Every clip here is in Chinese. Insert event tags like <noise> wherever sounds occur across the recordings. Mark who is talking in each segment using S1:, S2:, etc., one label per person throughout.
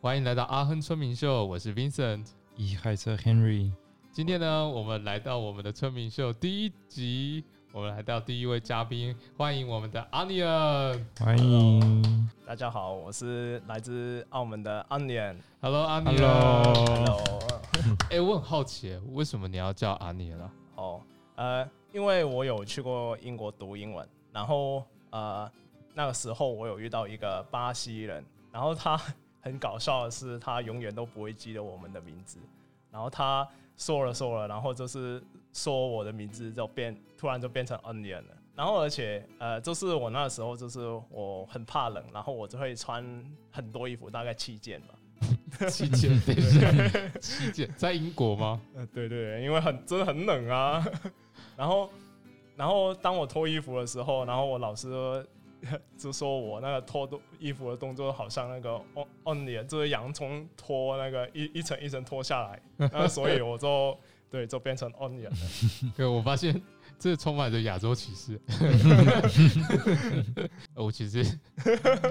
S1: 欢迎来到阿亨村民秀，我是 Vincent。
S2: 一害车 Henry，
S1: 今天呢，我们来到我们的村民秀第一集，我们来到第一位嘉宾，欢迎我们的 Onion。
S2: 欢迎。
S3: 大家好，我是来自澳门的 Onion。
S1: Hello，Onion。哦
S2: Hello，
S3: Hello，
S1: 哎、我很好奇，为什么你要叫 Onion 啊？
S3: 哦，呃，因为我有去过英国读英文，然后呃，那个时候我有遇到一个巴西人，然后他很搞笑的是，他永远都不会记得我们的名字，然后他说了说了，然后就是说我的名字就变，突然就变成 Onion 了。然后，而且，呃，就是我那时候，就是我很怕冷，然后我就会穿很多衣服，大概七件吧。
S1: 七件飞机，七件在英国
S2: <laughs>
S1: 吗？
S3: 呃，对对对，因为很真的很冷啊。 <laughs> 然后，然后当我脱衣服的时候，然后我老师就就说我那个脱都衣服的动作好像那个 on on 脸，就是洋葱脱那个一一层一层脱下 <laughs> 来，那所以我就对就变成 on 脸了。
S1: 对，我发现这充满着亚洲歧
S2: <laughs>
S1: 视。我其实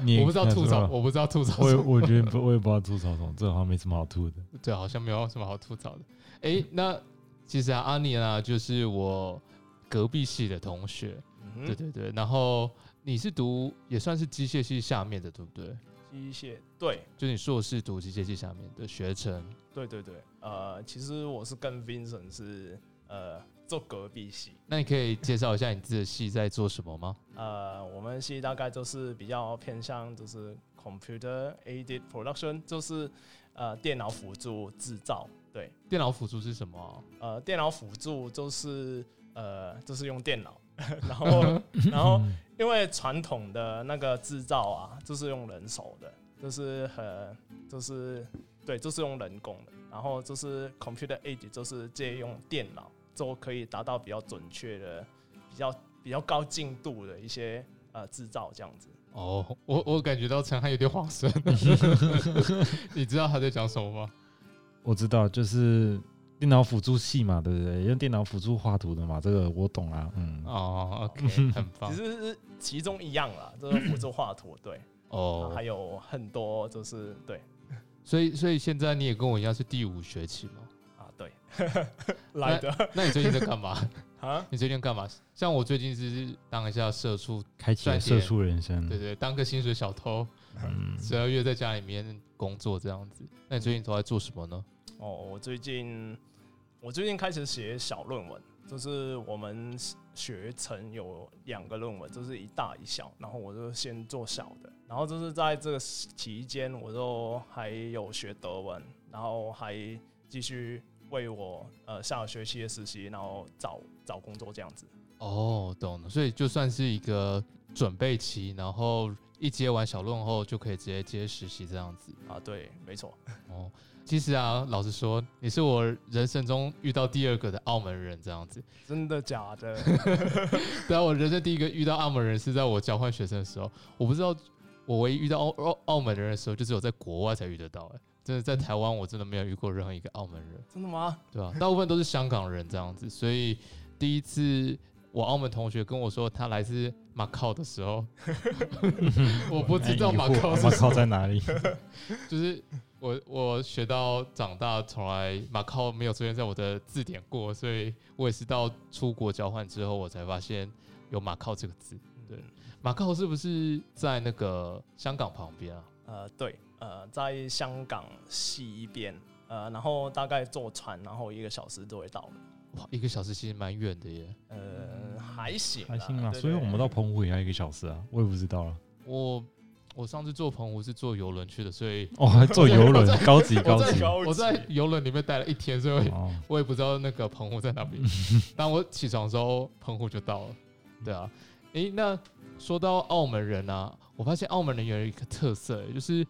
S2: 你
S1: 我不知道吐槽，
S2: 我
S1: 我不知道吐槽
S2: 我
S1: 什
S2: 也
S1: 么，
S2: 我觉得不我也不知道吐槽什么，这好像没什么好吐的。
S1: 对，好像没有什么好吐槽的。哎、那其实啊，阿尼啊，就是我隔壁系的同学，
S3: 嗯
S1: 对
S3: 哼，
S1: 对对。然后你是读也算是机械系下面的，对不对？
S3: 机械，对
S1: 就你硕士读机械系下面的学程，
S3: 对对对，呃，其实我是跟 Vincent 是呃做隔壁系。
S1: 那你可以介绍一下你自己的系在做什么吗？
S3: 呃，我们系大概就是比较偏向就是 computer aided production，就是呃电脑辅助制造。对，
S1: 电脑辅助是什么啊、
S3: 呃，电脑辅助就是呃就是用电脑， <laughs> 然后然后
S2: 嗯
S3: 因为传统的那个制造啊，就是用人手的，就是很就是对，就是用人工的，然后就是 computer aided，就是借用电脑就可以达到比较准确的、比较比较高进度的一些呃制造这样子。
S1: 哦，我我感觉到陈汉有点晃神，你知道他在讲什么吗？
S2: 我知道，就是电脑辅助系嘛，对不对？用电脑辅助画图的嘛，这个我懂啊。嗯，
S1: 哦，OK，很
S3: 只
S1: <laughs> 棒
S3: 是其中一样啦，就是辅助画图，对，还
S1: 哦。
S3: 有很多就是对
S1: 所以所以现在你也跟我一样是第五学期吗？
S3: 啊对来的
S1: 那你最近在干嘛？
S3: <laughs> 啊，
S1: 你最近干嘛？像我最近是当一下社畜，
S2: 开启
S1: 赚
S2: 了
S1: 钱
S2: 社畜人生。
S1: 对对，当个薪水小偷，
S2: 嗯，
S1: 十二月在家里面工作这样子。那你最近都在做什么呢？
S3: 哦，我最近我最近开始写小论文，就是我们学程有两个论文，就是一大一小，然后我就先做小的，然后就是在这个期间，我就还有学德文，然后还继续为我呃下个学期的实习，然后找找工作这样子。
S1: 哦，懂了。所以就算是一个准备期，然后一接完小论后就可以直接接实习这样子。
S3: 啊，对，没错，
S1: 哦，其实啊，老实说，你是我人生中遇到第二个的澳门人这样子。
S3: 真的假的？
S1: 对啊，我人生第一个遇到澳门人是在我交换学生的时候，我不知道我唯一遇到澳澳澳门人的时候，就只有在国外才遇得到、欸。真的在台湾，我真的没有遇过任何一个澳门人，
S3: 真的吗？
S1: 对吧、大部分都是香港人这样子，所以第一次。我澳门同学跟我说他来自马靠的时候，我不知道马靠是
S2: 哎马靠在哪里？
S1: 就是我我学到长大，从来马靠没有出现在我的字典过，所以我也是到出国交换之后，我才发现有马靠这个字。
S3: 嗯
S1: 对马靠是不是在那个香港旁边啊？
S3: 呃，对，呃，在香港西边，呃，然后大概坐船，然后一个小时就会到了。
S1: 哇，一个小时其实蛮远的耶。
S3: 呃，还行啦，
S2: 还行啦，
S3: 对
S2: 所以我们到
S3: 对
S2: 澎湖也要一个小时啊，我也不知道了。
S1: 我我上次坐澎湖是坐游轮去的，所以
S2: 哦，还坐游轮，高级高
S1: 在
S2: 级。
S3: 高
S1: 我在
S3: 级
S1: 游轮里面待了一天，所以我
S2: 哦，
S1: 我也不知道那个澎湖在哪边。当我起床的时候，澎湖就到了。对啊，诶，那说到澳门人啊，我发现澳门人有一个特色，就是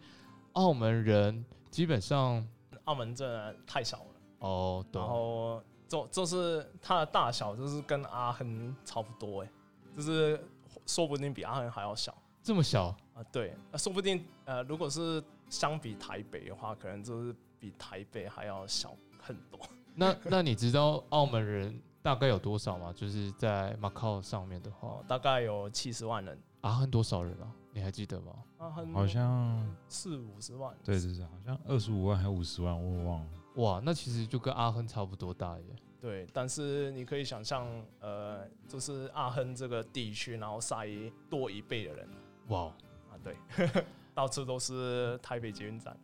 S1: 澳门人基本上
S3: 澳门真的太小了，
S1: 哦，
S3: 然
S1: 懂
S3: 后就就是它的大小就是跟阿亨差不多哎、就是呃说不定比阿亨还要小
S1: 这么小
S3: 啊、对，呃说不定呃，如果是相比台北的话，可能就是比台北还要小很多。
S1: 那那你知道澳门人大概有多少吗？就是在马靠上面的话
S3: 哦，，大概有七十万人，
S1: 阿亨多少人啊？你还记得吗？
S3: 啊，很
S2: 好像
S3: 四五十万，
S2: 对对对，好像二十五万还五十万，我也忘了。
S1: 哇，那其实就跟阿亨差不多大耶。
S3: 对，但是你可以想象，呃，就是阿亨这个地区，然后杀一多一倍的人
S1: 哇，
S3: 啊，对， <laughs> 到处都是台北捷运站，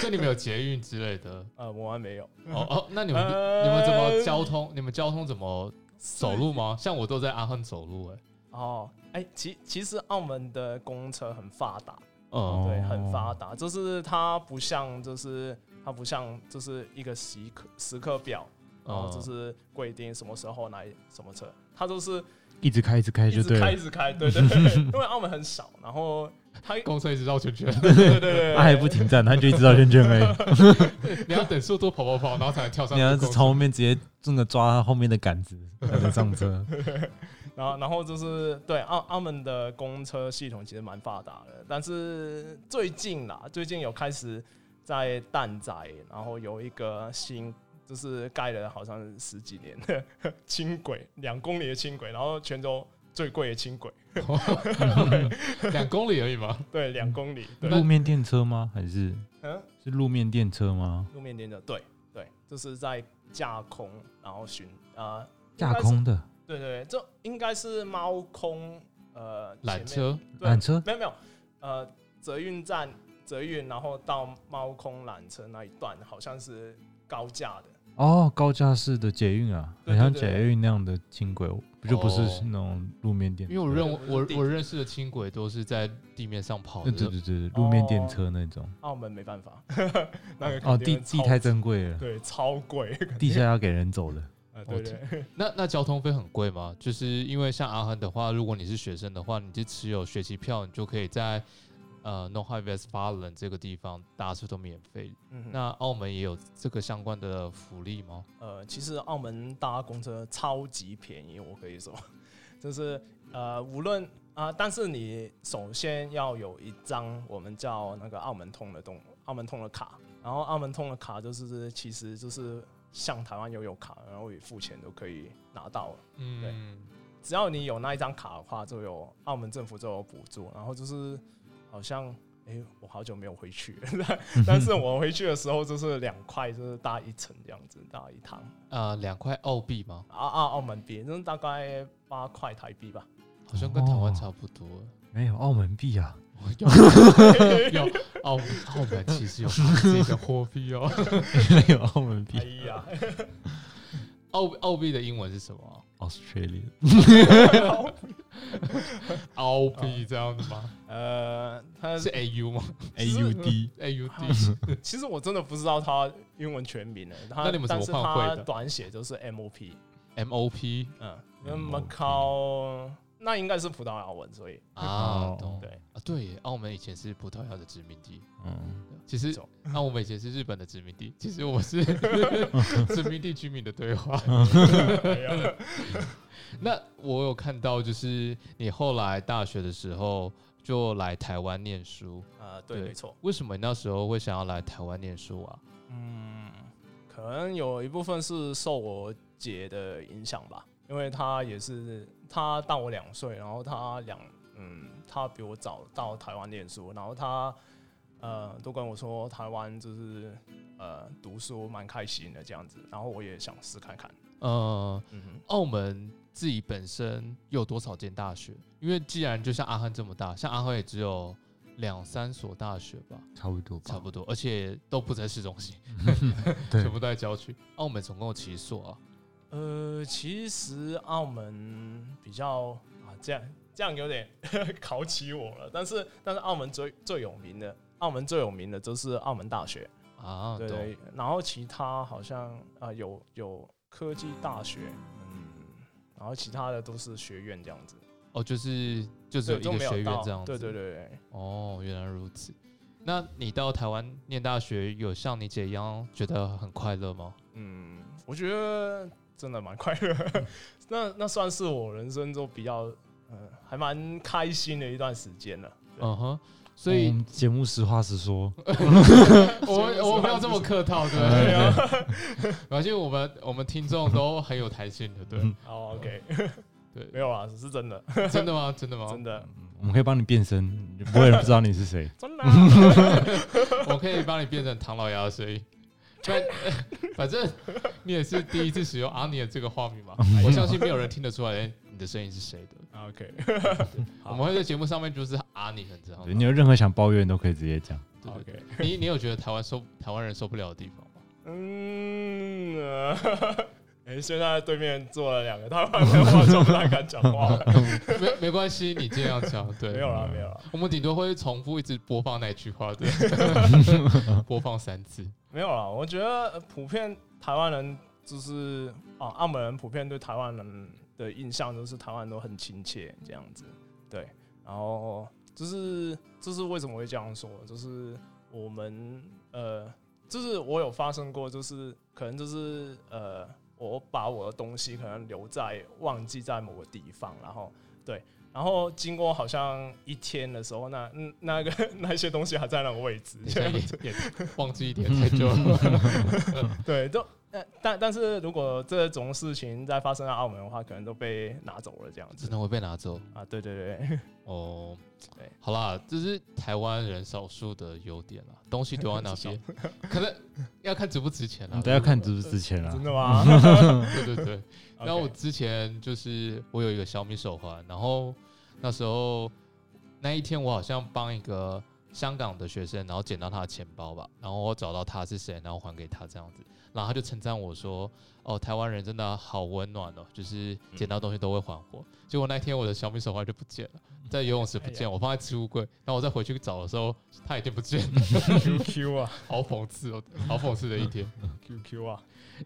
S1: 这里面有捷运之类
S3: <laughs>
S1: 的。
S3: 呃，我还没有
S1: 哦哦，那你们、
S3: 呃
S1: 你们怎么交通？你们交通怎么走路吗？像我都在阿亨走路哎、
S3: 哦，哎，其其实澳门的公车很发达，
S1: 嗯，
S3: 对，很
S2: 哦
S3: 发达，就是它不像，就是它不像，就是一个时刻时刻表，然
S2: 哦
S3: 后
S1: 嗯
S3: 哦就是规定什么时候来什么车，它都是
S2: 一直开一直开
S3: 一
S2: 就
S3: 直
S2: 对
S3: 开
S2: 了
S3: 一，直开，对对对，
S2: <laughs>
S3: 因为澳门很少，然后它对
S1: 公车一直绕圈圈， <laughs>
S3: 对对对，
S2: 啊他还不停站，他就一直绕圈圈而已。
S1: 你要等速度跑跑跑，然后才能跳上
S2: 你
S1: 那
S2: 要
S1: 个
S2: 是
S1: 公车。
S2: 从后面直接那个抓他后面的杆子，才能上车。
S3: 然后，然后就是对澳澳门的公车系统其实蛮发达的，但是最近啦，最近有开始在蛋仔，然后有一个新，就是盖了好像是十几年的 <laughs> 轻轨，两公里的轻轨，然后泉州最贵的轻轨，
S1: 两公里而已
S2: <laughs>
S1: 嘛。
S3: 对，两公里，
S1: 嗯
S3: 对，
S2: 路面电车吗？还是
S3: 嗯，
S2: 是路面电车吗？
S3: 路面电车，对对，就是在架空，然后巡啊，
S2: 架空的
S3: 对对，对这应该是猫空呃
S1: 缆，
S3: 前面
S1: 车
S3: 对
S2: 缆车，
S3: <laughs> 没有没有，呃，泽运站泽运，然后到猫空缆车那一段好像是高架的，
S2: 哦，高架式的捷运啊，
S3: 对
S2: 很像
S3: 对对
S2: 捷运那样的轻轨，不就不是
S1: 哦
S2: 那种路面电
S1: 因为我认
S3: 对
S1: 我
S3: 地
S1: 我认识的轻轨都是在地面上跑
S2: 对对
S1: 的，
S2: 对对，路面电
S3: 哦
S2: 车那种。
S3: 澳门没办法， <laughs> 那个
S2: 哦，
S3: 肯
S2: 地
S3: 定
S2: 地
S3: 超
S2: 太珍贵了，
S3: 对超贵，
S2: 地下要给人走的。
S3: 啊
S1: 我
S3: 对
S2: 哦
S3: 对对
S1: 那那交通费很贵吗？就是因为像阿亨的话，如果你是学生的话，你是持有学期票，你就可以在呃 No High West f a l a n 这个地方搭车都免费。
S3: 嗯哼
S1: 那澳门也有这个相关的福利吗？
S3: 呃，其实澳门搭公车超级便宜，我可以说， <laughs> 就是呃，无论啊、但是你首先要有一张我们叫那个澳门通的东澳门通的卡，然后澳门通的卡就是其实就是像台湾悠游卡，然后你付钱都可以拿到了。
S1: 嗯，
S3: 只要你有那一张卡的话，就有澳门政府就有补助，然后就是好像哎、诶我好久没有回去了， <laughs> 但是我回去的时候就是两块，就是搭一层这样子，搭一趟。
S1: 呃，两块澳币吗？
S3: 啊啊，澳门币，就是大概八块台币吧。
S1: 好像跟台湾
S2: 哦
S1: 差不多。
S2: 没有澳门币啊，
S1: 有 <laughs> 有澳澳门其 <laughs> 实有自己的货币哦。
S2: 没有澳门币
S3: 哎呀，
S1: <laughs> 澳澳币的英文是什么啊？
S2: ，Australia
S1: 澳币这样子吗？
S3: 呃，他
S1: 是 AU 吗
S2: AUD，
S1: ？AUD
S3: <laughs> 其实我真的不知道他英文全名呢。欸他
S1: 那你们怎么
S3: 但是
S1: 换汇
S3: 他
S1: 的
S3: 短写就是 MOP，
S1: MOP
S3: 嗯，因为 Macau 那应该是葡萄牙文，所以
S1: 啊
S2: 哦，
S1: 懂
S3: 对
S1: 啊，对耶，澳门以前是葡萄牙的殖民地，
S2: 嗯，
S1: 其实
S3: 懂
S1: 那我们以前是日本的殖民地，其实我们是殖民地居民的对话。 <laughs> 那我有看到，就是你后来大学的时候就来台湾念书，
S3: 啊，对，
S1: 对
S3: 没错，
S1: 为什么你那时候会想要来台湾念书啊？
S3: 嗯，可能有一部分是受我姐的影响吧，因为她也是她大我两岁，然后她两嗯，她比我早到台湾念书，然后她呃都跟我说台湾就是呃读书蛮开心的这样子，然后我也想试看看，
S1: 嗯，
S3: 嗯
S1: 澳门自己本身有多少间大学？因为既然就像阿汉这么大，像阿汉也只有两三所大学吧，
S2: 差不多吧，
S1: 差不多，而且都不在市中心，
S2: 对
S1: 全，部都在郊区。澳门总共有几所啊？
S3: 哼，呃，其实澳门比较啊这样。这样有点 <laughs> 考起我了，但是但是澳门最最有名的，澳门最有名的就是澳门大学，
S1: 啊，
S3: 对
S1: 懂
S3: 对，然后其他好像啊、呃有有科技大学，嗯，然后其他的都是学院这样子，
S1: 哦，就是就只有
S3: 对，
S1: 一
S3: 就
S1: 个
S3: 没有
S1: 学院
S3: 到
S1: 这样子。
S3: 对对对对，
S1: 哦，原来如此。那你到台湾念大学，有像你姐一样觉得很快乐吗？
S3: 嗯，我觉得真的蛮快乐， <laughs> 那那算是我人生中比较嗯还蛮开心的一段时间了。对
S1: 嗯哼，所以
S2: 我们哦节目实话实说，
S1: <laughs> 我们我们没有这么客套，对不对？
S2: 对啊
S1: <laughs> 而且我们我们听众都很有弹性的，对
S2: 嗯
S1: <laughs>
S3: 哦，OK，
S1: 对
S3: 没有啊，是真的，
S1: 真的吗？真的吗？
S3: 真的，。
S2: 嗯我们可以帮你变身，不会有人不知道你
S1: <laughs>
S2: 是谁
S3: 真的啊、
S1: 我可以帮你变成唐老鸭的声音。但 <laughs> 反正你也是第一次使用阿尼的这个化名嘛，
S2: 嗯
S1: 我相
S2: 啊
S1: 信没有人听得出来哎你的声音是谁的。
S3: OK，
S1: 我们会在节目上面就是阿尼很这样。
S2: 对你有任何想抱怨都可以直接讲。
S1: 对对
S3: OK，
S1: 你你有觉得台湾受台湾人受不了的地方吗？
S3: 嗯，呃 <laughs> 哎、现在对面坐了两个台湾人，我就不太敢讲话了。
S1: 没没关系，你这样讲 <laughs> 对。
S3: 没有啦，没有啦，
S1: 我们顶多会重复一直播放那句话
S2: <laughs>
S1: 对，播放三次。
S3: 没有啦。我觉得呃普遍台湾人就是啊，澳门人普遍对台湾人的印象都是台湾人都很亲切这样子。对，然后就是就是为什么会这样说，就是我们呃，就是我有发生过，就是可能就是呃，我把我的东西可能留在忘记在某个地方，然后对。然后经过好像一天的时候，那嗯那个 <laughs> 那些东西还在那个位置，
S1: 你现在也也忘记一
S2: <laughs>
S1: 点太久了。
S3: <laughs> 对，都但但但是如果这种事情再发生在澳门的话，可能都被拿走了这样
S1: <laughs> 只
S3: 子
S1: 能会被拿走
S3: 啊。对对对，
S1: 哦
S3: 对。
S1: 好啦，这是台湾人少数的优点啦，东西丢在哪边，可能要看值不值钱啦。
S2: 大家嗯看值不值钱啊
S3: <laughs> 真？的吗？
S2: <laughs>
S1: 对对对。然后我
S3: OK，
S1: 之前就是我有一个小米手环，然后那时候那一天我好像帮一个香港的学生，然后捡到他的钱包吧，然后我找到他是谁，然后还给他这样子，然后他就称赞我说：“哦，台湾人真的好温暖哦，就是捡到东西都会还我。结果那天我的小米手环就不见了，在游泳池不见，我放在置物柜，然后我再回去找的时候，它已经不见了， <laughs>
S3: <laughs> QQ 啊
S1: 好讽刺哦，好讽刺的一天。
S3: ，QQ 啊，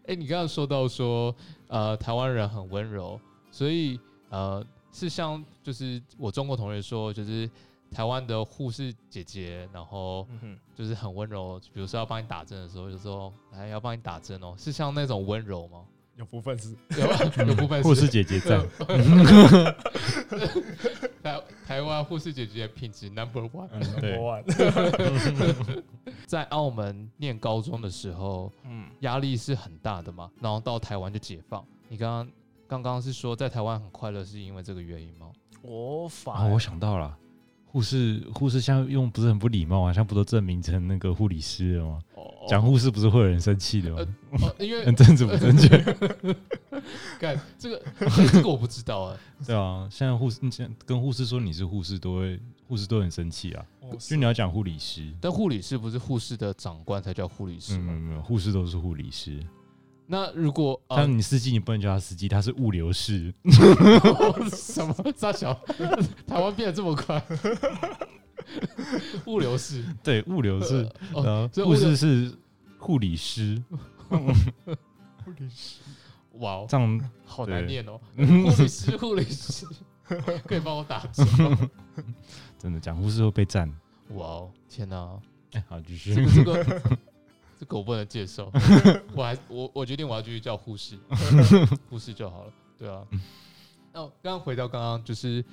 S1: 哎、你刚刚说到说，呃，台湾人很温柔，所以呃，是像就是我中国同学说，就是台湾的护士姐姐，然后
S3: 嗯哼，
S1: 就是很温柔，比如说要帮你打针的时候，就说来要帮你打针哦，是像那种温柔吗？
S3: 有部分是
S2: <laughs>
S1: 有有部分
S2: 护士
S1: 是
S2: 姐姐在，
S1: <laughs> 台台湾护士姐姐品质 number one。
S2: 嗯，
S3: 国
S2: 对，
S3: <laughs> 外，
S1: <laughs> 在澳门念高中的时候，
S3: 嗯，
S1: 压力是很大的嘛，然后到台湾就解放。你刚刚刚刚是说在台湾很快乐，是因为这个原因吗？
S3: 我反
S2: 哦，我想到了。护士护士像用不是很不礼貌啊，像不都证明成那个护理师了吗？
S1: 哦
S2: 讲护士不是会有人生气的 <laughs> 吗？
S1: 哦，因为
S2: 很正直不正确，
S1: <laughs> 干这个、 <laughs> 欸这个我不知道啊，
S2: 对啊。现在护士，你现在跟护士说你是护士，都会护士都很生气啊。
S3: 我
S2: 就你要讲护理师，
S1: 但护理师不是护士的长官才叫护理师
S2: 嗯，没
S1: 吗？
S2: 有没有，护士都是护理师。
S1: 那如果啊、
S2: 像你司机，你不能叫他司机，他是物流师。 <laughs>
S1: <laughs> 什么大小， <laughs> 台湾变得这么快，物流师
S2: 对，物流是，
S1: 哦
S2: 呃，
S1: 所以哦
S2: 护
S1: 物流
S2: 士是护理师，
S1: 哇哦，
S2: 这样
S1: 好难
S2: 嗯对
S1: 念
S2: <laughs>
S1: 哦，护理师护理师， <laughs> 可以帮我打字吗？
S2: 真的讲护士会被赞。
S1: 哇哦，天哪、
S2: 哎，好，继
S1: 这 <laughs>
S2: 续。
S1: 个这个这个我不能接 <laughs> 受，我还我我决定我要继续叫护 <laughs> 士，护士就好了，对啊。那我刚刚回到刚刚就是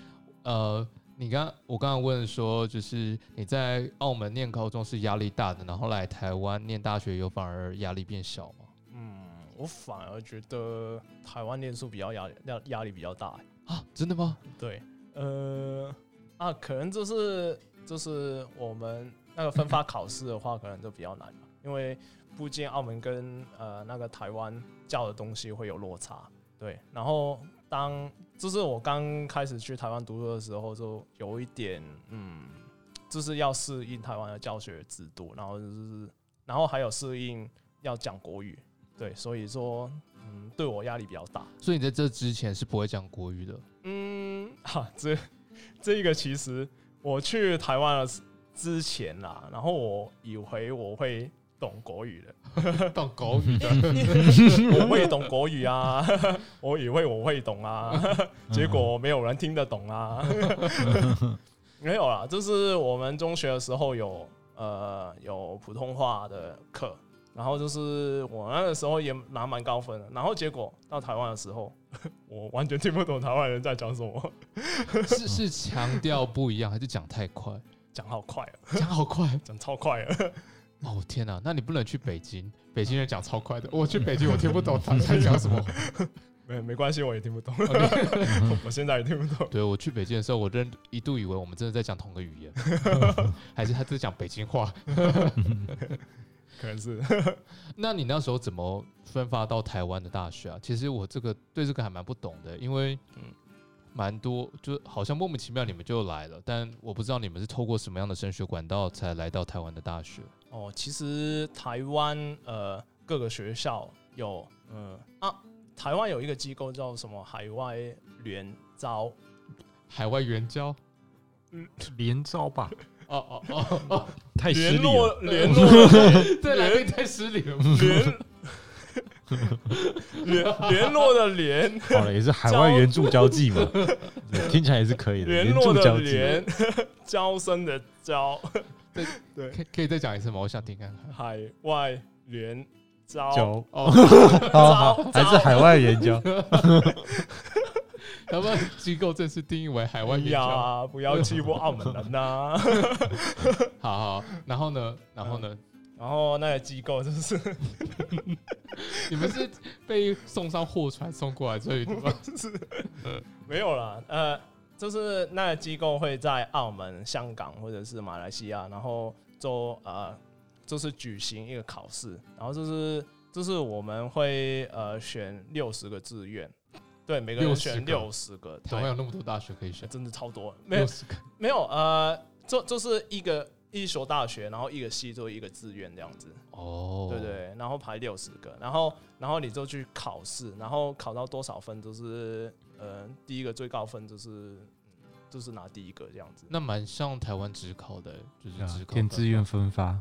S1: 呃，你刚我刚刚问说，就是你在澳门念高中是压力大的，然后来台湾念大学有反而压力变小吗？
S3: 嗯，我反而觉得台湾念书比较压压压力比较大，欸
S1: 啊，真的吗？
S3: 对，呃，啊，可能就是就是我们那个分发考试的话，可能就比较难吧，因为毕竟澳门跟呃那个台湾教的东西会有落差，对。然后当就是我刚开始去台湾读书的时候，就有一点嗯，就是要适应台湾的教学制度，然后就是然后还有适应要讲国语，对，所以说嗯，对我压力比较大。
S1: 所以你在这之前是不会讲国语 <laughs> 的，
S3: 嗯， <laughs> 啊，这这一个其实我去台湾的之前啦，然后我以为我会懂国语的，
S1: 懂狗语的，
S3: 我会懂国语啊， <laughs> 我以为我会懂啊， <laughs> 结果没有人听得懂啊。 <laughs> 没有啦，就是我们中学的时候有呃有普通话的课，然后就是我那个时候也拿蛮高分的，然后结果到台湾的时候， <laughs> 我完全听不懂台湾人在讲什么，
S1: <laughs> 是是强调不一样，还是讲太快？
S3: 讲好快啊。
S1: 讲好快，
S3: 讲超快啊了，
S1: 哦天嗯 <laughs>
S3: <laughs>
S1: 哪、那你不能去北京，北京人讲超快的。我去北京，我听不懂他在讲什么。
S3: <laughs> 没没关系，我也听不 <laughs> 懂， <laughs> 我现在也听不懂。
S1: 对我去北京的时候，我真一度以为我们真的在讲同个语 <laughs> 言，还是他在讲北京话。
S3: 可能是
S1: 那你那时候怎么分发到台湾的大学啊？其实我这个对这个还蛮不懂的，因为
S3: 嗯
S1: 蛮多，就好像莫名其妙你们就来了，但我不知道你们是透过什么样的升学管道才来到台湾的大学。
S3: <laughs> 哦，其实台湾呃各个学校有嗯啊，台湾有一个机构叫什么海外联招，
S1: 海外援交？
S2: 连招吧，
S1: 哦哦哦哦，
S2: 太失
S3: 联
S2: 礼
S3: 络
S2: 了。
S1: <laughs>
S3: 联络
S1: 这来宾太失礼了。
S3: 联联 <laughs> 联络的联
S2: 好了，也是海外援助交
S3: <laughs>
S2: 际嘛，对听起来也是可以的。
S3: 联
S2: 援
S3: 络
S2: 助
S3: 的
S2: 交际，
S3: 联招生的招，
S1: 可以可以再讲一次吗？我想听看看。
S3: 海外联招。
S2: 交
S1: 哦，
S2: <laughs> 好好，还是海外援
S3: <laughs>
S2: 交。
S1: <laughs> 他们机构正式定义为海外
S3: 哎
S1: 援交。
S3: 呀，不要欺负澳门人呐、 <laughs>
S1: 好好，然后呢？然后呢？
S3: 然后那个机构就是
S1: 你们是被送上货船送过来，所以
S3: <laughs> 没有啦，呃，就是那个机构会在澳门、香港或者是马来西亚，然后做呃，就是举行一个考试，然后就是就是我们会呃选六十个志愿，对，每个人
S1: 60
S3: 选
S1: 个
S3: 六十个，
S1: 台湾有
S3: 对，
S1: 那么多大学可以选，
S3: 真的超多，没有
S1: 六十个。
S3: 没有呃，就就是一个一所大学，然后一个系做一个志愿这样子，
S1: 哦，
S3: 对，对，然后排六十个，然后然后你就去考试，然后考到多少分就是，呃，第一个最高分就是嗯就是拿第一个这样子。
S1: 那蛮像台湾职考的，就是
S3: 啊
S1: 职考分
S2: 填志愿。分发，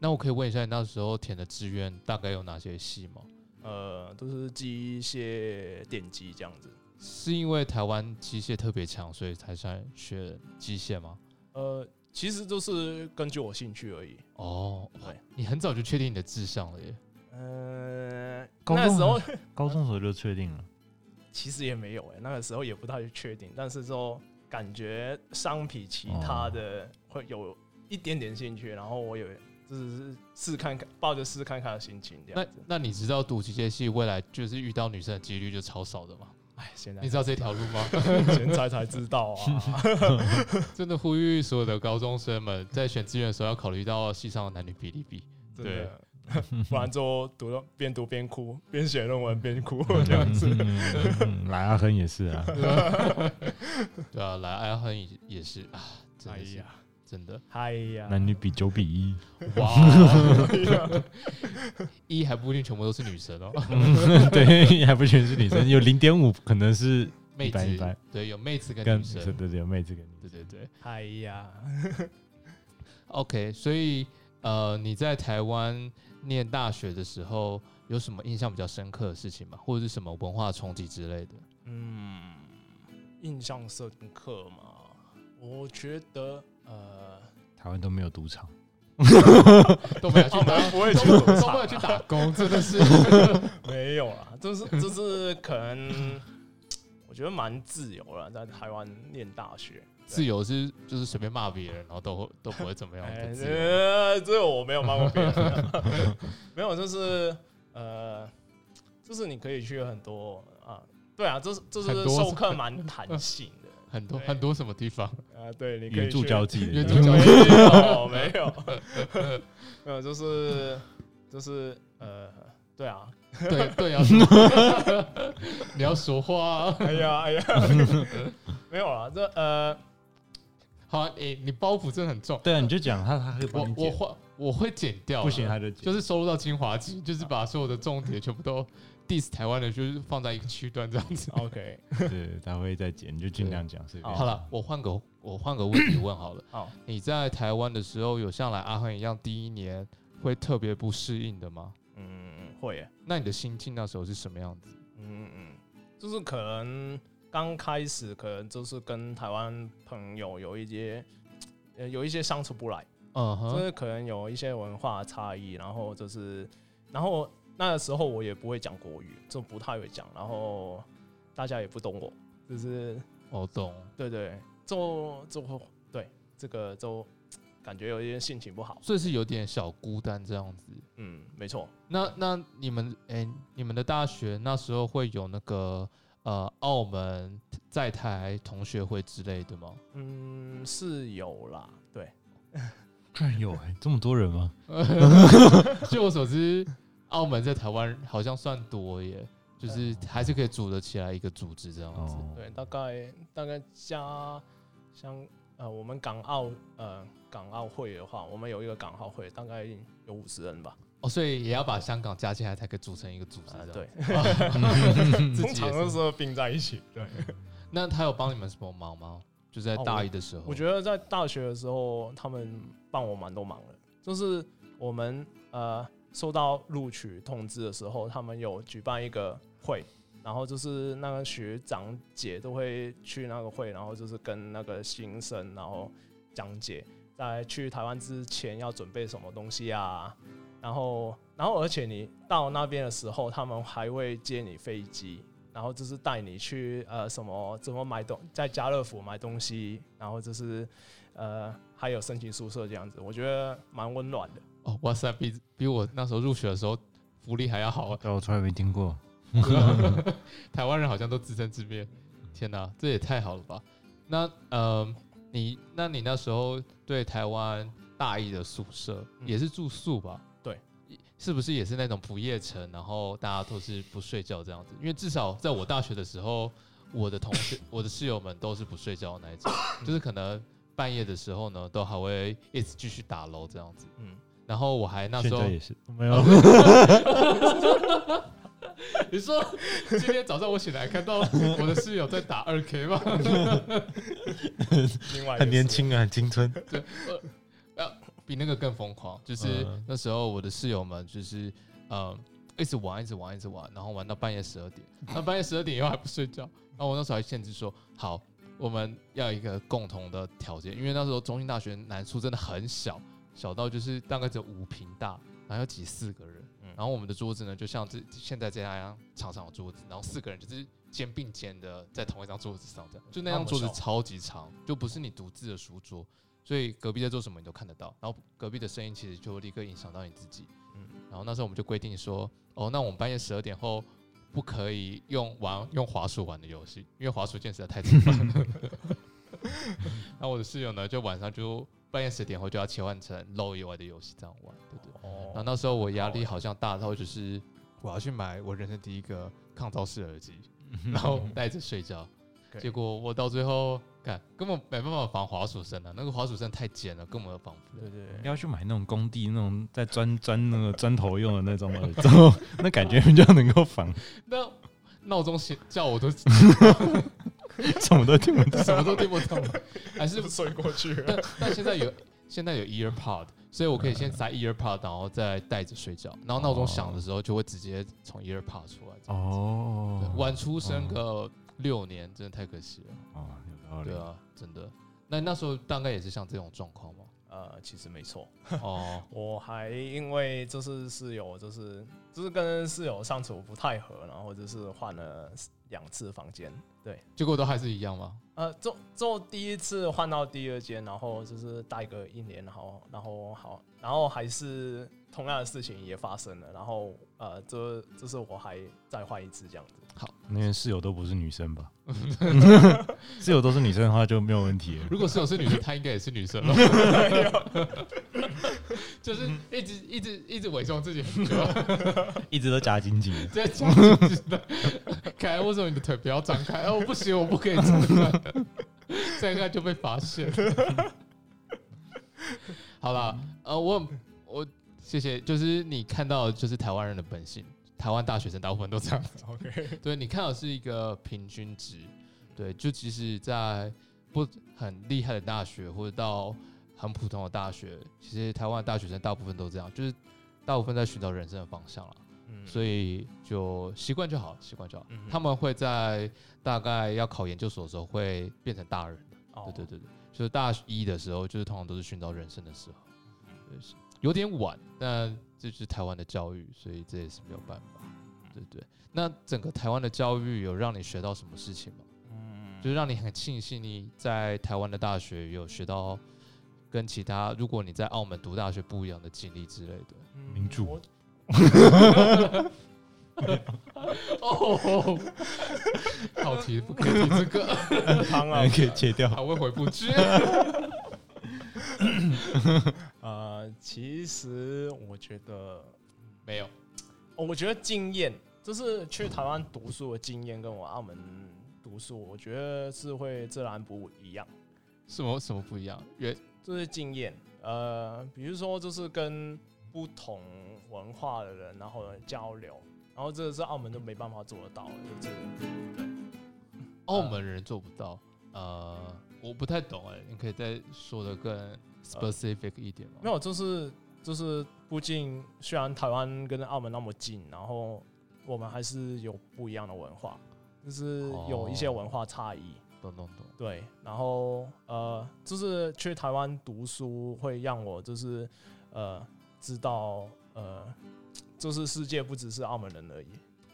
S1: 那我可以问一下，你那时候填的志愿大概有哪些系吗？
S3: 呃，都是机械电机这样子。
S1: 是因为台湾机械特别强，所以才想学机械吗？
S3: 呃，其实就是根据我兴趣而已。
S1: 哦，
S3: 对
S1: 你很早就确定你的志向了耶。
S3: 呃，
S2: 高
S3: 那
S2: 中
S3: 时候
S2: 高中时候就确定
S1: <laughs>
S2: 了。
S3: <laughs> 其实也没有哎、那个时候也不太确定，但是说感觉相比其他的会有一点点兴趣，然后我有就是试看看，抱着试看看的心情这样
S1: 那
S3: 子。
S1: 那你知道读机械系未来就是遇到女生的几率就超少的吗？
S3: 哎，现在
S1: 你知道这条路吗？ <laughs>
S3: 钱财才知道啊。
S1: 真的呼吁所有的高中生们在选志愿的时候要考虑到系上的男女比例比。
S3: 真的， <laughs> 不然就读了边读边哭，边写论文边
S1: <laughs>
S3: 哭这样子。
S2: 嗯嗯嗯来阿亨也是啊，
S1: 对啊，来爱恨也也是啊，真
S3: 哎
S1: 的是
S3: 呀，
S1: 真的
S3: 哎呀，
S2: 男女比九比
S1: <laughs>
S2: 一，
S1: 哇，哦 <laughs> 一还不一定全部都是女生哦，
S2: 嗯对，还不全是女生，有零点五可能是
S1: 妹
S2: 一般一
S1: 子
S2: 般
S1: 对有妹子跟
S2: 跟
S1: 女
S2: 对
S1: 生，
S2: 对对，有妹子跟女
S1: 对对对
S3: 哎呀，
S1: ，OK，所以呃你在台湾念大学的时候有什么印象比较深刻的事情吗？或者是什么文化冲击之类的？
S3: 嗯，印象深刻嘛？我觉得呃，
S2: 生台湾都没有赌场，
S1: 都没有去
S3: 澳门 <laughs>
S1: 打，
S3: 不会去
S1: 都
S3: 赌
S1: 都
S3: 场啊
S1: 没有去打工，真的是。
S3: 没有啦，就是
S1: <laughs>
S3: 就是可能，我觉得蛮自由了，在台湾念大学。
S1: 自由是就是随便骂别人，然后都都不会怎么样
S3: 哎，
S1: 的自由。
S3: 这这个我没有骂过别人，
S1: <laughs>
S3: <laughs> 没有，就是呃，就是你可以去很多啊，对啊，这是这
S1: 很
S3: 是
S1: 多
S3: 授课蛮弹性的
S1: 很多
S3: 对
S1: 很多什么地方？
S3: 啊，对，你可以
S2: <laughs> 援助
S3: 去
S2: 交际的，
S1: 援
S3: 没
S1: 助交际
S3: 有哦没有没有，就是就是呃，对啊，
S1: 对对啊，你要说话、啊。
S3: 哎呀哎呀， <laughs> 没有啦，这呃，
S1: 好、啊，诶、你包袱真的很重。
S2: 对啊，你就讲他，他可以
S1: 我
S2: 帮你
S1: 我
S2: 解，
S1: 会我会剪掉啊，
S2: 不行他就
S1: 就
S2: 解，
S1: 是收录到精华集，就是把所有的重点全部都 diss 台湾的，就是放在一个区段这样子。
S2: 哦
S3: OK，
S2: 对，他会再解，你就尽量讲，随便。
S1: 好了，，我换个我换个问题问好了。
S3: 好，
S1: 你在台湾的时候，有像来阿亨一样第一年会特别不适应的吗？
S3: 嗯，会耶，
S1: 那你的心境那时候是什么样子？
S3: 嗯嗯，就是可能刚开始可能就是跟台湾朋友有一些呃有一些相处不来。
S1: 嗯
S3: 就
S1: 哼，
S3: 是可能有一些文化差异，然后就是，然后那时候我也不会讲国语，就不太会讲，然后大家也不懂我，就是
S1: 哦我懂。
S3: 对对，就就对这个就感觉有一点心情不好。
S1: 所以是有点小孤单这样子。
S3: 嗯，没错，
S1: 那那你们哎、你们的大学那时候会有那个呃澳门在台同学会之类的吗？ <laughs>
S3: 嗯，是有啦，对，
S2: 居然有哎，这么多人吗？
S1: 据我所知，澳门在台湾好像算多耶，就是还是可以组得起来一个组织这样子。
S2: 哦，
S3: 对，大概大概加像呃，我们港澳呃港澳会的话，我们有一个港澳会，大概有五十人吧。
S1: 哦，所以也要把香港加进来才可以组成一个组织
S3: 啊、
S1: 这样子。
S3: 对，
S1: 自己
S3: 通
S1: 也
S3: 常
S1: 是
S3: 都是并在一起。对，
S1: <laughs> 那他有帮你们什么忙吗？就在
S3: 哦
S1: 大
S3: 我
S1: 一的时候，
S3: 我觉得在大学的时候，他们帮我蛮多忙的，就是我们呃收到录取通知的时候，他们有举办一个会。然后就是那个学长姐都会去那个会，然后就是跟那个新生，然后讲解在去台湾之前要准备什么东西啊，然后然后而且你到那边的时候，他们还会接你飞机，然后就是带你去呃什么怎么买东在家乐福买东西，然后就是呃还有申请宿舍这样子，我觉得蛮温暖的。
S1: 哦，哇塞，比比我那时候入学的时候福利还要好啊。
S2: 对，我从来没听过。
S1: <laughs> 台湾人好像都自生自灭，天哪、这也太好了吧？那呃，你那你那时候对台湾大一的宿舍、
S3: 嗯
S1: 也是住宿吧？
S3: 对，
S1: 是不是也是那种不夜城，然后大家都是不睡觉这样子？因为至少在我大学的时候，我的同
S3: <laughs>
S1: 学、我的室友们都是不睡觉的那一种，
S3: 嗯
S1: 就是可能半夜的时候呢，都还会一直继续打楼这样子。
S2: <laughs>
S3: 嗯，
S1: 然后我还那
S2: 现
S1: 时候
S2: 在也是哦没有，
S1: <laughs> 你说今天早上我醒来看到我的室友在打二 K 吗？ <laughs>
S3: 另外一个
S2: 很年
S3: 是，
S2: 轻啊，很青春。
S1: 比那个更疯狂，就是
S2: 嗯
S1: 那时候我的室友们就是呃一直玩，一直玩，一直玩，然后玩到半夜十二点，那半夜十二点以后还不睡觉，然后我那时候还限制说好。我们要有一个共同的条件，因为那时候中兴大学南宿真的很小，小到就是大概只有五平大，然后要挤四个人，
S3: 嗯
S1: 然后我们的桌子呢就像这现在这样长长的桌子，然后四个人就是肩并肩的在同一张桌子上，这样就那张桌子
S3: 那么小
S1: 超级长，就不是你独自的书桌，所以隔壁在做什么你都看得到，然后隔壁的声音其实就立刻影响到你自己。
S3: 嗯
S1: 然后那时候我们就规定说，哦，那我们半夜十二点后不可以用玩用滑鼠玩的游戏，因为滑鼠键实在太 <laughs> 吵了。然后我的室友呢，就晚上就半夜十点后就要切换成 LO 以外的游戏这样玩，对不对？然后
S3: 哦，
S1: 那时候我压力好像大到就是我要去买我人生第一个抗噪式耳
S3: <laughs>
S1: 机，然后戴着睡觉。
S3: OK
S1: 结果我到最后看根本没办法防滑鼠声啊，那个滑鼠声太尖了，根本防不了。
S3: 对对
S2: 你
S3: 对，
S2: 要去买那种工地那种在钻钻那个砖头用的那种 <laughs> 耳罩，那感觉比较能够防，
S1: 那闹钟响叫我都 <laughs>
S2: 什么都听不到。
S1: 什么都听不
S3: <laughs>
S1: 懂，还是
S3: 睡过去
S2: <laughs>
S3: 了。
S1: 但 <laughs> 但现在有现在有 EarPod，所以我可以先塞 EarPod，然后再戴着睡觉，然后闹钟响的时候就会直接从 EarPod 出来。这样子对
S2: 哦，
S1: 晚出生个六年，真的太可惜了。
S2: 哦，有道理
S1: 对。啊，真的。那那时候大概也是像这种状况吗？
S3: 呃，其实没错，
S1: 哦，
S3: 我还因为就是室友，就是就是跟室友相处不太合，然后就是换了两次房间。对，
S1: 结果都还是一样吗？
S3: 呃，就就第一次换到第二间，然后就是待个一年，然后然后好，然后还是同样的事情也发生了，然后呃，这这是我还再换一次这样子。
S2: 那边室友都不是女生吧？ <laughs> 室友都是女生的话就没有
S1: <laughs>
S2: 问题了。
S1: 如果室友是女生，她应该也是女生了。 <laughs> 就是一直一直一直伪装自己很久，
S2: 一直都夹紧紧 <laughs> 的。
S1: 在讲自己的。凯，为什么你的腿不要张开？哦，不行，我不可以张开，这样就被发现。 <laughs> 好啦，呃，我我谢谢，就是你看到的就是台湾人的本性，台湾大学生大部分都这样。
S3: OK，
S1: 对你看到的是一个平均值，对，就即使在不很厉害的大学或者到很普通的大学，其实台湾的大学生大部分都这样，就是大部分在寻找人生的方向了，
S3: 嗯
S1: 所以就习惯就好，习惯就好。
S3: 嗯哼
S1: 他们会在大概要考研究所的时候会变成大人的，
S3: 哦
S1: 对对对对，就是大一的时候，就是通常都是寻找人生的时候，
S3: 嗯
S1: 对是有点晚，但这就是台湾的教育，所以这也是没有办法。
S3: 嗯
S1: 对对，那整个台湾的教育有让你学到什么事情吗？
S3: 嗯
S1: 就是让你很庆幸你在台湾的大学有学到跟其他如果你在澳门读大学不一样的经历之类的。
S2: 民主
S3: 我
S1: 哦， <laughs> 好题不可以提这个， <laughs>
S3: 很汤
S2: <laughs>
S3: 啊，
S2: 可以切掉。
S1: 还会回不去。 <laughs>
S3: 呃，其实我觉得，
S1: 没有，
S3: 哦我觉得经验，就是去台湾读书的经验，跟我澳门读书，我觉得是会自然不一样，
S1: 什么什么不一样？原
S3: 就是经验。呃，比如说就是跟不同文化的人，然后交流，然后这个是澳门都没办法做得到的，就是嗯
S1: 澳门人做不到。呃，我不太懂哎、你可以再说的更 specific 一点吗？
S3: 呃没有，就是就是，毕竟虽然台湾跟澳门那么近，然后我们还是有不一样的文化，就是有一些文化差异。
S1: 懂懂懂。
S3: 对，然后呃，就是去台湾读书会让我就是呃知道呃，就是世界不只是澳门人而已。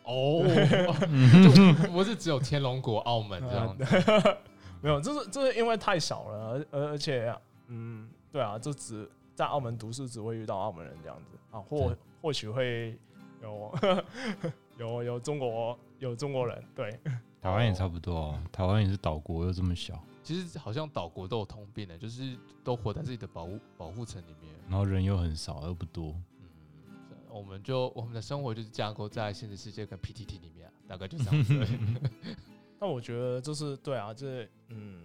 S1: 哦， <laughs> 就不是只有天龙国、澳门这样
S3: 嗯
S1: 子。
S3: 没有，就是就是因为太少了，而而而且嗯，对啊，就只在澳门读书只会遇到澳门人这样子啊，或
S1: 对
S3: 或许会有 <laughs> 有有中国有中国人，对，
S2: 台湾也差不多哦，台湾也是岛国又这么小，
S1: 其实好像岛国都有通病的、就是都活在自己的保护保护层里面。
S2: 然后人又很少又不多。
S1: 嗯，我们就我们的生活就是架构在现实世界跟 PTT 里面啊、大概就这样子而已。
S3: 那我觉得就是对啊，这嗯，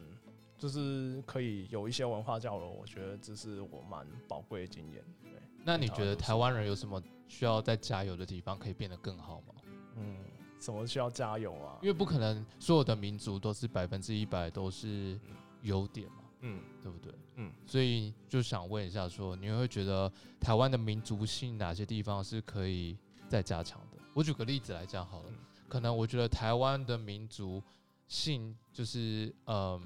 S3: 就是可以有一些文化交流，我觉得这是我蛮宝贵的经验，对，
S1: 那你觉得台湾人有什么需要再加油的地方，可以变得更好吗？
S3: 嗯，什么需要加油啊
S1: 因？为不可能所有的民族都是百分之一百都是优点嘛，
S3: 嗯
S1: 对不对？
S3: 嗯，
S1: 所以就想问一下说你会觉得台湾的民族性哪些地方是可以再加强的？我举个例子来讲好了，
S3: 嗯
S1: 可能我觉得台湾的民族性就是嗯、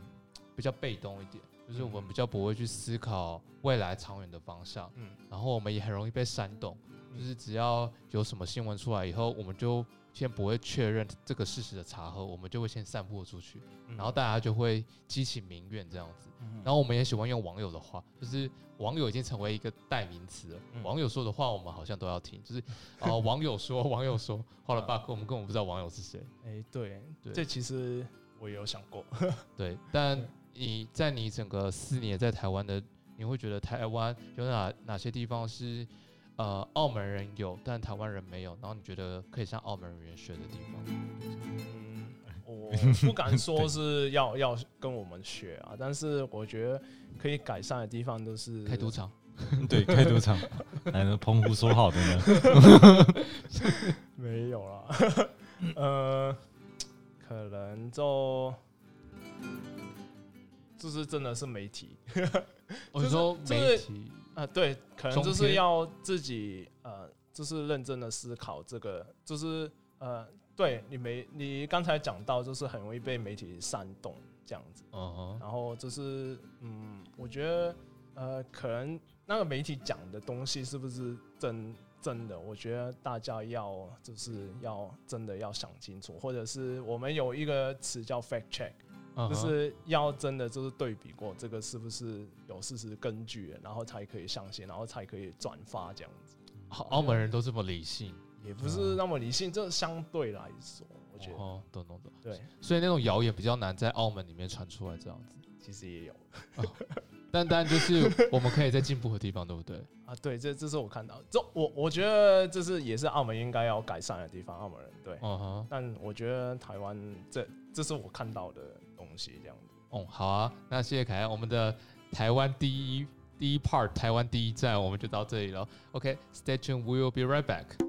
S1: 比较被动一点，就是我们
S3: 嗯
S1: 比较不会去思考未来长远的方向，
S3: 嗯
S1: 然后我们也很容易被煽动，就是只要有什么新闻出来以后，我们就先不会确认这个事实的查核，我们就会先散播出去，
S3: 嗯
S1: 然后大家就会激起民怨这样子。然后我们也喜欢用网友的话，就是网友已经成为一个代名词了。
S3: 嗯
S1: 网友说的话，我们好像都要听，就是啊、呃网友说，网友
S3: <laughs>
S1: 说，画了 bug，我们根本不知道网友是谁。
S3: 哎、对，
S1: 对
S3: 这其实我也有想过，
S1: 对，但你在你整个四年在台湾的，你会觉得台湾有哪哪些地方是呃澳门人有，但台湾人没有，然后你觉得可以向澳门人学的地方？
S3: 嗯，我不敢说是要要跟我们学啊，但是我觉得可以改善的地方都是
S1: 开赌场，
S2: <laughs> 对，开赌 <laughs> 场，哎，那澎湖说好的呢？
S3: 没有啦， <laughs> 呃，可能就就是真的是媒体 <laughs>
S1: 我、哦你说
S3: 这
S1: 媒
S3: 是
S1: 体
S3: 啊，对，可能就
S1: 中
S3: 是
S1: 天
S3: 要自己呃，就是认真的思考这个，就是呃，对你没你刚才讲到，就是很容易被媒体煽动这样子。
S1: 嗯哼，
S3: 然后就是，嗯，我觉得，呃，可能那个媒体讲的东西是不是真真的？我觉得大家要就是要真的要想清楚，或者是我们有一个词叫 fact check，
S1: 嗯哼
S3: 就是要真的就是对比过这个是不是有事实根据的，然后才可以上线，然后才可以转发这样子，
S1: 澳澳门人都这么理性。
S3: 也不是那么理性，这相对来说，我觉得、
S1: 嗯哦，懂懂懂。
S3: 对，
S1: 所以那种谣言比较难在澳门里面传出来这样子。
S3: 其实也有
S1: 但但就是我们可以在进步的地方，对不对？
S3: 啊，对，这这是我看到，这我我觉得这是也是澳门应该要改善的地方，澳门人对，
S1: 嗯哼，
S3: 但我觉得台湾这这是我看到的东西，这样子。
S1: 哦，好啊，那谢谢凯安，我们的台湾第一第一 part 台湾第一站我们就到这里了。OK，Stay、tuned，we will be right back。